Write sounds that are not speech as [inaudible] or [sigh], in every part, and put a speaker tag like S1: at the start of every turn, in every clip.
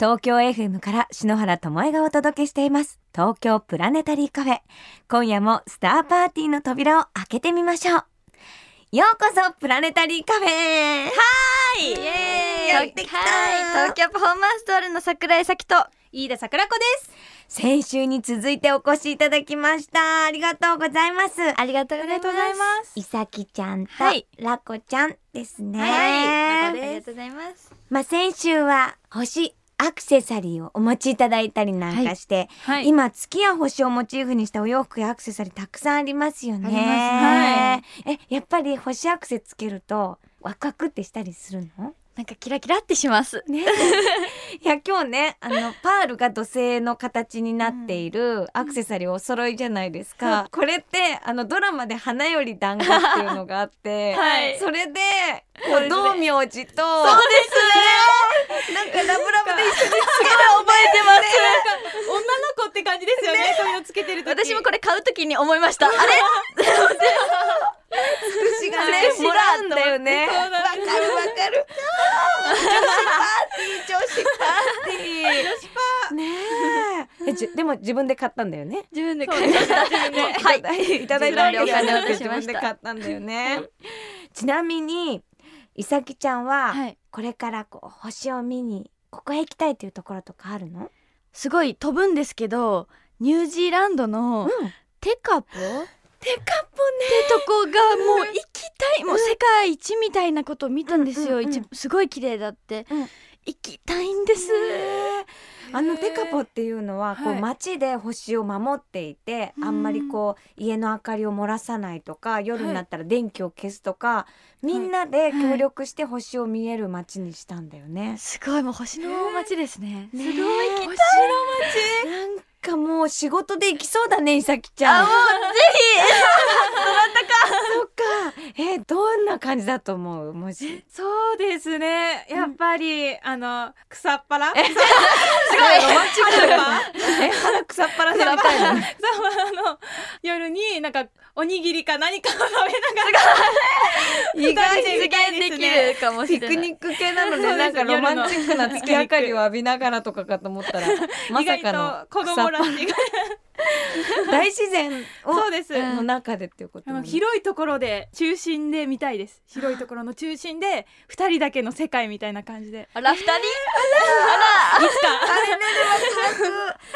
S1: 東京 FM から篠原智恵がお届けしています東京プラネタリーカフェ今夜もスターパーティーの扉を開けてみましょうようこそプラネタリーカフェは
S2: イエーイ
S1: やってきた
S2: はい東京パフォーマンスドールの桜井咲と飯田桜子です
S1: 先週に続いてお越しいただきましたありがとうございます
S2: ありがとうございます
S1: いさきちゃんと
S2: はい
S1: ラコちゃんですね、
S2: はい、ありがとうございます
S1: まあ先週は星アクセサリーをお持ちいただいたりなんかして、
S2: は
S1: 今月や星をモチーフにしたお洋服やアクセサリーたくさんありますよね。
S2: あります
S1: えやっぱり星アクセつけるとワクワクってしたりするの
S2: なんかキラキラってします
S1: ね、 [laughs] いや今日ねあのパールが土星の形になっているアクセサリーお揃いじゃないですか、これってあのドラマで「花より団子」っていうのがあって、
S2: はい
S1: それで
S2: そ
S1: こう
S2: うですね
S1: 道明寺と
S2: です
S1: なんかラブラブで一緒に
S2: すごい覚えてます
S1: [laughs]
S3: 女の子って感じですよねこういうのつけてる時
S2: 私もこれ買うときに思いましたあれ
S1: つくしがね
S2: つくしだ
S1: もらうんだよね。
S3: そう
S1: わ
S3: なんです
S1: かるわかる。女子パーティー女子パーティー。ねええじゅ。でも自分で買ったんだよね。
S2: 自分で買いました
S1: はいただい。いただいたんだよ
S2: 自分でお金を出し
S1: 自
S2: ま
S1: 分
S2: した
S1: で買ったんだよね。ちなみにいさきちゃんは、
S2: [laughs] はい
S1: これからこう星を見にここへ行きたいというところとかあるの？
S2: すごい飛ぶんですけどニュージーランドの
S1: ん。
S2: テカポって
S1: テカポ
S2: とこがもう行きたいもう世界一みたいなことを見たんです
S1: う
S2: よ
S1: んうんうん
S2: 一すごい綺麗だって
S1: うん
S2: 行きたいんです
S1: ねあのデカポっていうのはこう
S2: はい
S1: 街で星を守っていて、
S2: うん
S1: あんまりこう家の明かりを漏らさないとか夜になったら電気を消すとか、みんなで協力して星を見える街にしたんだよね。
S2: すごいもう星の街ですね
S1: ね
S2: すごい行きたい
S1: なんかもう仕事で行きそうだねいさきちゃん。
S2: あも
S1: [laughs] そっか。えーどんな感じだと思うもし。
S3: そうですねやっぱり、あの草っ腹すごい
S1: [laughs] え腹草っ腹でみ
S3: [laughs]
S1: たいな。
S3: の夜になんかおにぎりか何かを食べなが
S2: 意外に
S3: 二人
S2: 実現で
S3: で行きたいですね
S2: きるかもし
S1: ピク
S2: れない
S1: ニック系なので
S3: そうです
S1: なんかロマンチックな月明かりを
S3: 夜
S1: 浴びながらとかかと思ったら
S3: ら
S1: ま
S3: [laughs] 意
S1: さ
S3: 外
S1: かの
S3: と子供らしい
S1: 大自然を
S3: [laughs] そうです、
S2: うん
S1: の中でっていうこと
S3: あ
S1: な
S3: の
S1: んだね、
S3: 広いところで中心で見たいです広いところの中心で二人だけの世界みたいな感じで
S2: あら二人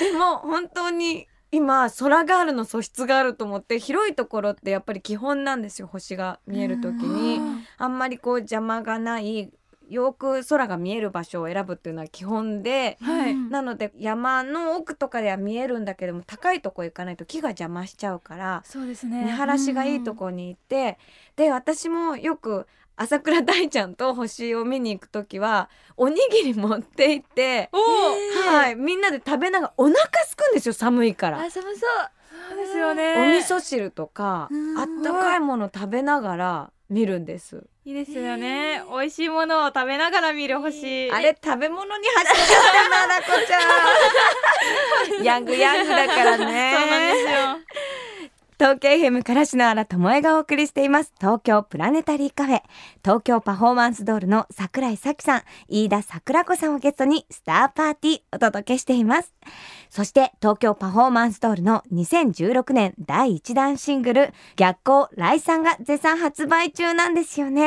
S1: でも本当に今空ガールの素質があると思って広いところってやっぱり基本なんですよ星が見える時にあんまりこう邪魔がないよく空が見える場所を選ぶっていうのは基本で
S3: はい
S2: うん
S1: なので山の奥とかでは見えるんだけども高いとこ行かないと木が邪魔しちゃうから
S3: そうですね
S1: 見晴らしがいいとこに行って、で私もよく朝倉大ちゃんと星を見に行く時はおにぎり持って行って、
S3: おお、
S1: はい、みんなで食べながらお腹すくんですよ寒いから。
S2: あ寒そう
S3: そうですよ
S1: お
S3: ね
S1: 味噌汁とか
S2: うん
S1: あったかいもの食べながら見るんです。
S3: いいですよね、美味しいものを食べながら見る星
S1: あれ食べ物に走っちゃったなラコち
S3: [laughs]
S1: ゃん。ヤングヤングだからね。
S3: [laughs] そうなんですよ
S1: 東京 FM から篠原智恵がお送りしています東京プラネタリーカフェ東京パフォーマンスドールの桜井咲さん飯田桜子さんをゲストにスターパーティーお届けしていますそして東京パフォーマンスドールの2016年第1弾シングル逆光来さんが絶賛発売中なんですよね、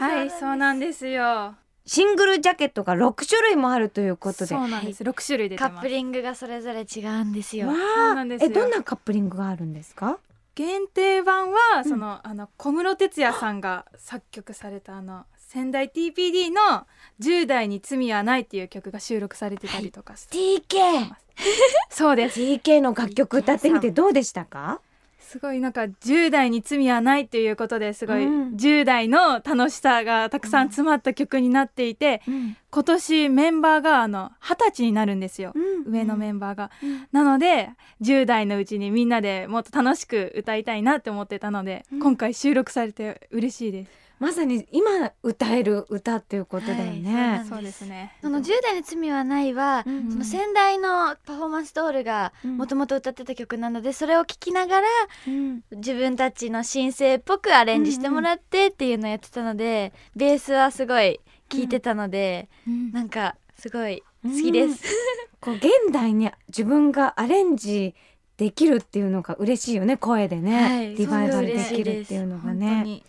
S3: はい、そうなんですよ。
S1: シングルジャケットが6種類もあるということで
S3: そうなんです。六種類出て
S2: カ
S3: ます。
S2: ップリングがそれぞれ違うんですよ
S1: わ
S3: そうな
S1: あ
S3: んです
S1: え
S3: よ
S1: どんなカップリングがあるんですか
S3: 限定版は、そのあの小室哲哉さんが作曲されたあの仙台 TPD の10代に罪はないっていう曲が収録されてたりとかして、
S1: TK
S3: そうです。
S1: TK の楽曲歌ってみてどうでしたか
S3: すごいなんか10代に罪はないということですごい、
S1: うん
S3: 10代の楽しさがたくさん詰まった曲になっていて、
S1: うん
S3: 今年メンバーがあの20歳になるんですよ。上のメンバーが、なので10代のうちにみんなでもっと楽しく歌いたいなって思ってたので、今回収録されて嬉しいです、
S1: まさに今歌える歌っていうことだよ
S2: はい
S1: ね。
S2: そうです
S3: ね
S2: その10代の罪はないは、
S1: うん
S2: その先代のパフォーマンスドールが
S1: うん
S2: もともと歌ってた曲なので、それを聴きながら
S1: うん
S2: 自分たちの新生っぽくアレンジしてもらってっていうのをやってたので、ベースはすごい聴いてたので、なんかすごい好きです。
S1: こう現代に自分がアレンジできるっていうのが嬉しいよね声でね、
S2: はい
S1: リバイバルで
S2: それは嬉し
S1: き
S2: いです
S1: るっていうのが
S3: 本
S1: ね
S3: 当に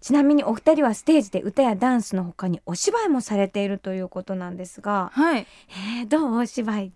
S1: ちなみにお二人はステージで歌やダンスの他にお芝居もされているということなんですが、
S3: はい
S1: えー、どうお芝居、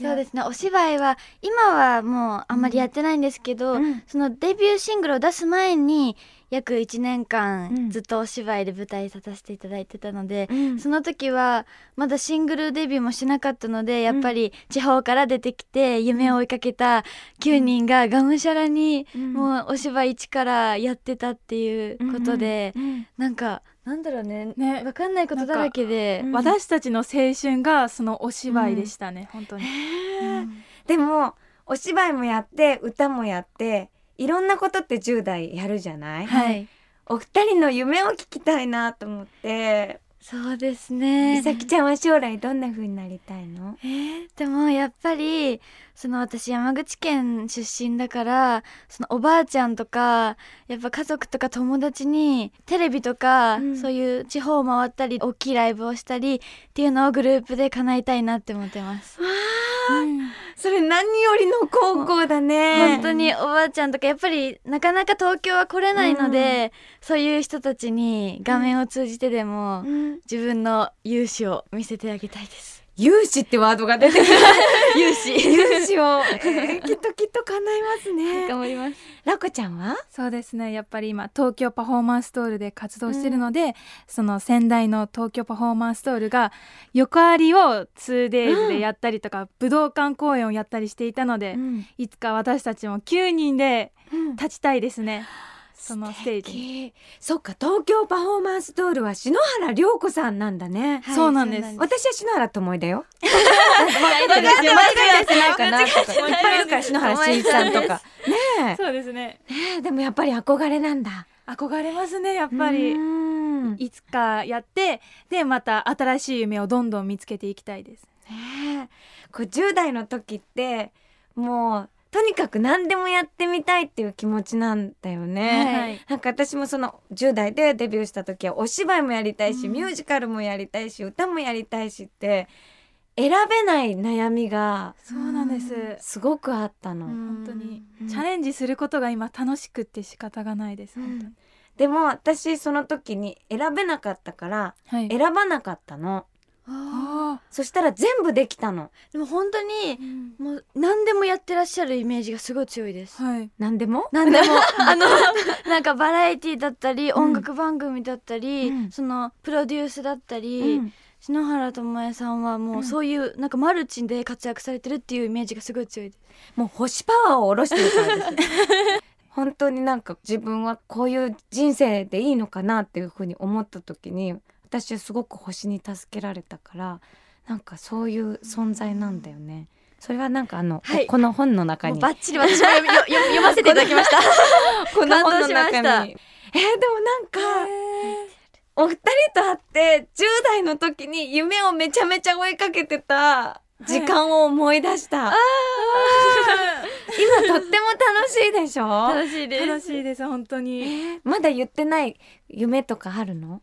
S2: そうですねお芝居は今はもうあんまりやってないんですけど、
S1: うん
S2: そのデビューシングルを出す前に約1年
S1: うん
S2: 間ずっとお芝居で舞台に立たせていただいてたので、その時はまだシングルデビューもしなかったのでやっぱり地方から出てきて夢を追いかけた9人ががむしゃらに
S1: う
S2: もうお芝居一からやってたっていうことで、なんかなんだろうね
S3: ね
S2: わかんないことだらけで
S1: なんかうん
S3: 私たちの青春がそのお芝居でしたね、本当に、
S2: うん
S1: でもお芝居もやって歌もやっていろんなことって10代やるじゃない、
S2: はい
S1: お二人の夢を聞きたいなと思って、
S2: そうです
S1: み
S2: ね
S1: さきちゃんは将来どんな風になりたいの
S2: えーでもやっぱりその私山口県出身だからそのおばあちゃんとかやっぱ家族とか友達にテレビとか、
S1: うん
S2: そういう地方を回ったり大きいライブをしたりっていうのをグループで叶えたいなって思ってます。うん
S1: それ何よりの高校だね
S2: 本当におばあちゃんとかやっぱりなかなか東京は来れないので、そういう人たちに画面を通じてでも、
S1: うん
S2: 自分の勇姿を見せてあげたいです。
S1: 勇士ってワードが出てく [laughs] る
S2: [laughs] 勇姿
S1: [laughs] 勇士を、えーきっときっと叶いますね
S2: 頑張ります。
S1: ラコちゃんは
S3: そうですねやっぱり今東京パフォーマンスドールで活動してるので、その仙台の東京パフォーマンスドールが横ありを 2days でやったりとか、武道館公演をやったりしていたので、いつか私たちも9人で立ちたいですね、そのステージに
S1: ジそっか東京パフォーマンスドールは篠原涼子さんなんだね、
S2: はい
S3: そうなんです
S2: そうなん
S1: 私は篠原とえだよ。
S2: 間違えて
S1: 間違えてないかなとか。いっぱいいるから篠原慎一さんとか。ね
S3: そうですね
S1: え。ねえでもやっぱり憧れなんだ。や
S3: 憧れますねやっぱり
S1: ね
S3: いつかやってでまた新しい夢をどんどん見つけていきたいです
S1: えこう10代の時ってもうとにかく何でもやってみたいっていう気持ちなんだよね。
S3: はい
S1: なんか私もその10代でデビューした時はお芝居もやりたいし、ミュージカルもやりたいし歌もやりたいしって選べない悩みが
S3: そうなんです、
S1: すごくあったの。
S3: 本当に
S1: うん
S3: チャレンジすることが今楽しくって仕方がないです、
S1: うん
S3: 本当に
S1: でも私その時に選べなかったから
S3: はい
S1: 選ばなかったの。
S2: あ
S3: あ
S1: そしたら全部できたの。
S2: ーでも本当に
S3: ー
S2: もう何でもやってらっしゃるイメージがすごい強い
S3: [laughs]
S2: です。
S3: はい
S1: 何でも
S2: 何でもあのなんかバラエティだったり
S1: ん
S2: 音楽番組だったり、
S1: うん
S2: そのプロデュースだった
S1: う
S2: り、
S1: ん
S2: 篠原智恵さんはもうそういう、なんかマルチで活躍されてるっていうイメージがすごい強いです。
S1: もう星パワーを下ろしてるからです。
S2: [laughs]
S1: 本当になんか自分はこういう人生でいいのかなっていうふうに思った時に私はすごく星に助けられたからなんかそういう存在なんだよね。それはなんかあの、
S2: はい
S1: この本の中
S2: もう
S1: に
S2: バッチリ私も読み [laughs] よ読読ませていただきました。
S1: この本の中に。えー、でもな
S2: 感動
S1: ん
S2: し
S1: か、お二人と会って10代の時に夢をめちゃめちゃ追いかけてた時間を思い出した、今とっても楽しいでしょ
S2: しい
S3: 楽しいです本当に
S1: まだ言ってない夢とかあるの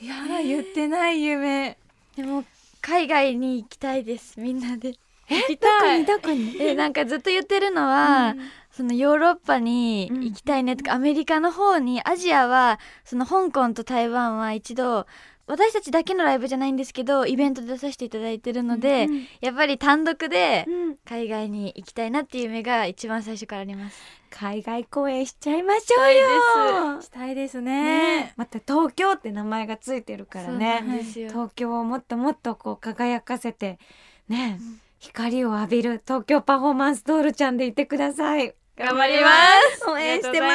S3: いやだ言ってない夢
S2: でも海外に行きたいですみんなで。行き
S1: どこ
S2: た
S1: に
S2: い。
S1: どこに
S2: えなんかずっと言ってるのは、そのヨーロッパに行きたいねとか、アメリカの方にアジアはその香港と台湾は一度私たちだけのライブじゃないんですけどイベントで出させていただいてるので、
S1: うん
S2: やっぱり単独で
S1: うん
S2: 海外に行きたいなっていう夢が一番最初からあります。
S1: 海外公演しちゃいましょうよ
S3: したいです
S1: ね
S3: ね
S1: えまた東京って名前がついてるからね
S2: そうなんですよ。
S1: 東京をもっともっとこう輝かせてね、光を浴びる東京パフォーマンスドールちゃんでいてください
S3: 頑張ります
S1: 応
S3: 応
S1: 援
S3: 援
S1: し
S3: してて
S1: ま
S3: ま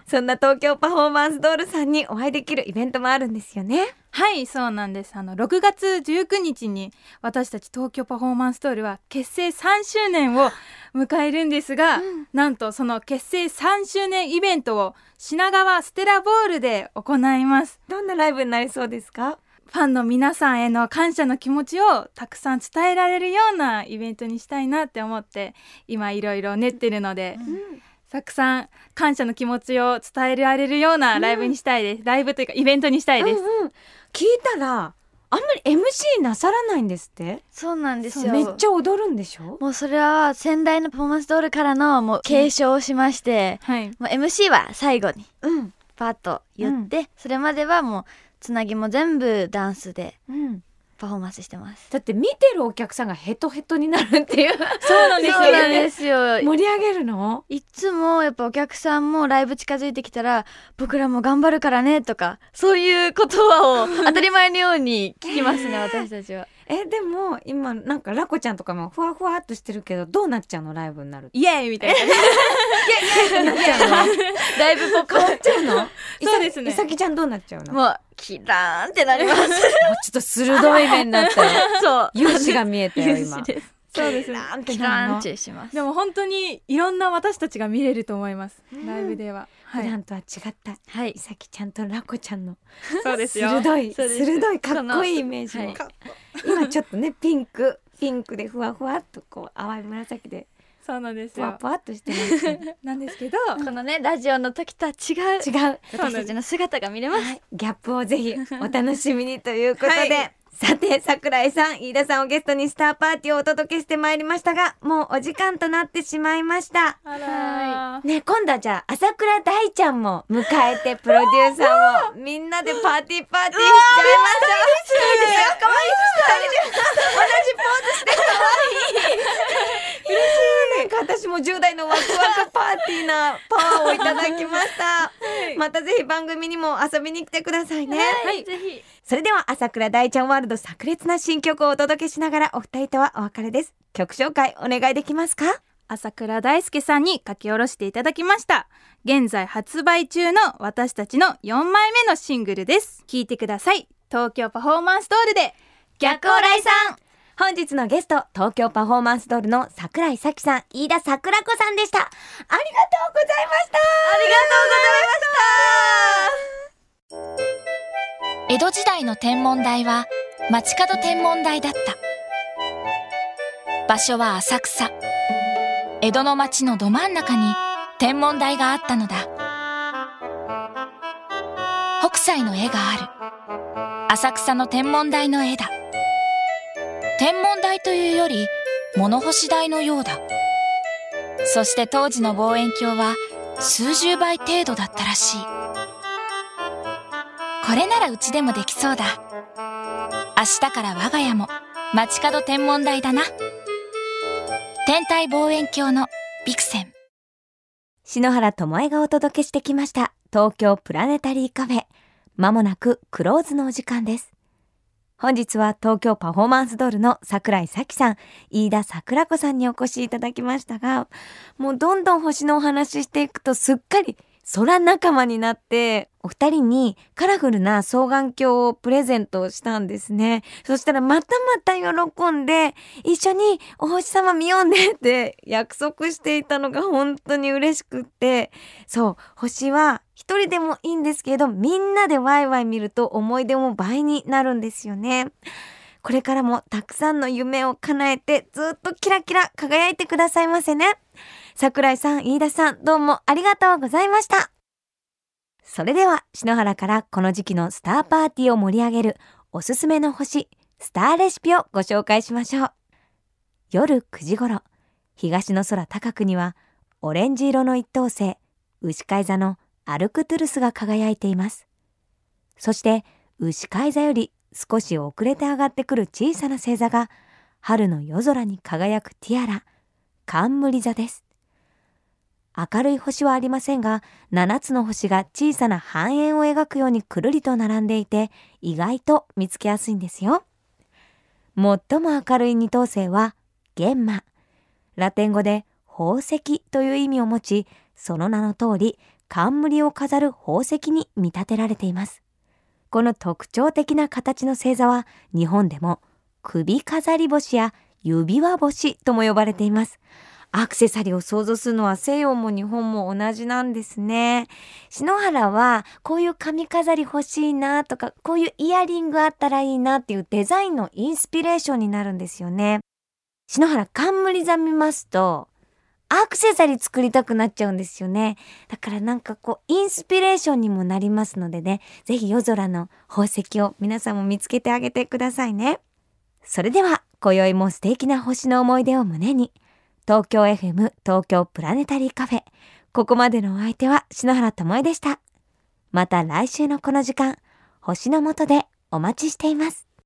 S3: す
S1: そんな東京パフォーマンスドールさんにお会いできるイベントもあるんですよね
S3: すはいそうなんですあの6月19日に私たち東京パフォーマンスドールは結成3周年を迎えるんですが、なんとその結成3周年イベントを品川ステラボールで行います
S1: どんなライブになりそうですか
S3: ファンの皆さんへの感謝の気持ちをたくさん伝えられるようなイベントにしたいなって思って今いろいろ練ってるので、たくさん感謝の気持ちを伝えられるようなライブにしたいです、ライブというかイベントにしたいです、
S1: うんうん聞いたらあんまり MC なさらないんですって
S2: そうなんです
S1: そう
S2: よ
S1: めっちゃ踊るんでしょ
S2: もうそれは先代のパフォーマンスドールからのもう継承をしまして、
S3: はい
S2: もう MC は最後に
S1: うん
S2: パッと言って、それまではもうつなぎも全部ダンスで
S1: うん
S2: パフォーマンスしてます。
S1: だって見てるお客さんがヘトヘトになるっていう [laughs] そうな
S2: そうなんですよ。
S1: 盛り上げるの
S2: いつもやっぱお客さんもライブ近づいてきたら僕らも頑張るからねとかそういう言葉を当たり前のように聞きます [laughs] ね私たちは。
S1: えでも今なんかラコちゃんとかもふわふわっとしてるけどどうなっちゃうのライブになると
S3: イエーイみたいなね
S1: なっちゃうの
S2: ライブポップ
S1: 変わっちゃうの
S3: そうですね
S1: いさきちゃんどうなっちゃうのもう
S2: もうキラーンってなり [laughs] ま
S1: ち
S2: す。
S1: ょっと鋭い目になったよ
S2: そう。
S1: 有志が見えたよ今
S2: 有志です。
S3: そうです
S1: キラ
S3: ね
S1: ーンって
S2: キ
S1: な
S2: ラ
S1: る
S2: ー
S1: の
S2: ンチューします。
S3: でも本当にいろんな私たちが見れると思います、
S1: うん
S3: ライブでは、は
S1: 普
S3: い、
S1: 段とは違った
S2: はい
S1: い。さきちゃんとラコちゃんの
S3: [laughs] そうですよ
S1: 鋭い
S2: そうです
S1: 鋭いかっこいいイメージも、
S2: はい
S1: 今ちょっとねピンクピンクでふわふわっとこう淡い紫で
S3: そうなんです
S1: ぷわ
S3: よ
S1: ぷわっとしてますけど
S3: なんです [laughs] けど
S2: このねラジオの時とは違う
S1: 違う
S2: 私たちの姿が見れます。
S1: ギャップを
S3: [laughs]
S1: ぜひお楽しみにということで、
S3: はい
S1: さて桜井さん飯田さんをゲストにスターパーティーをお届けしてまいりましたがもうお時間となってしまいました
S3: あ
S2: ら
S1: ね今度はじゃあ朝倉大ちゃんも迎えてプロデューサーもみんなでパーティーパーティーしちゃいましょう可愛い同じポーズして可愛い嬉しいなんか私も10代のワクワクパーティーなパワーをいただきましたまたぜひ番組にも遊びに来てくださいね、
S2: はい、ぜひ。
S1: それでは朝倉大ちゃんワールド炸裂な新曲をお届けしながらお二人とはお別れです曲紹介お願いできますか
S3: 朝倉大輔さんに書き下ろしていただきました現在発売中の私たちの4枚目のシングルです聴いてください東京パフォーマンスドールで
S2: 逆光来さん。
S1: 本日のゲスト東京パフォーマンスドールの桜井咲さん飯田桜子さんでしたありがとうございましたありがとうございました
S4: 江戸時代の天文台は街角天文台だった場所は浅草江戸の街のど真ん中に天文台があったのだ北斎の絵がある浅草の天文台の絵だ天文台というより物干し台のようだそして当時の望遠鏡は数十倍程度だったらしいこれならうちでもできそうだ明日から我が家も街角天文台だな天体望遠鏡のビクセン
S1: 篠原智恵がお届けしてきました東京プラネタリーカフェまもなくクローズのお時間です本日は東京パフォーマンスドールの桜井咲さん飯田桜子さんにお越しいただきましたがもうどんどん星のお話ししていくとすっかり空仲間になってお二人にカラフルな双眼鏡をプレゼントしたんですねそしたらまたまた喜んで一緒にお星様見ようねって約束していたのが本当に嬉しくってそう星は一人でもいいんですけどみんなでワイワイ見ると思い出も倍になるんですよねこれからもたくさんの夢を叶えてずっとキラキラ輝いてくださいませね桜井さん飯田さんどうもありがとうございましたそれでは篠原からこの時期のスターパーティーを盛り上げるおすすめの星スターレシピをご紹介しましょう夜9時頃東の空高くにはオレンジ色の一等星牛飼い座のアルクトゥルスが輝いていますそして牛飼い座より少し遅れて上がってくる小さな星座が春の夜空に輝くティアラ冠座です明るい星はありませんが7つの星が小さな半円を描くようにくるりと並んでいて意外と見つけやすいんですよ最も明るい二等星は玄馬ラテン語で宝石という意味を持ちその名の通り冠を飾る宝石に見立てられていますこの特徴的な形の星座は日本でも首飾り星や指輪星とも呼ばれていますアクセサリーを想像するのは西洋も日本も同じなんですね篠原はこういう髪飾り欲しいなとかこういうイヤリングあったらいいなっていうデザインのインスピレーションになるんですよね篠原冠座見ますとアクセサリー作りたくなっちゃうんですよね。だからなんかこう、インスピレーションにもなりますのでね、ぜひ夜空の宝石を皆さんも見つけてあげてくださいね。それでは、今宵も素敵な星の思い出を胸に、東京 FM 東京プラネタリーカフェ。ここまでのお相手は篠原智恵でした。また来週のこの時間、星の下でお待ちしています。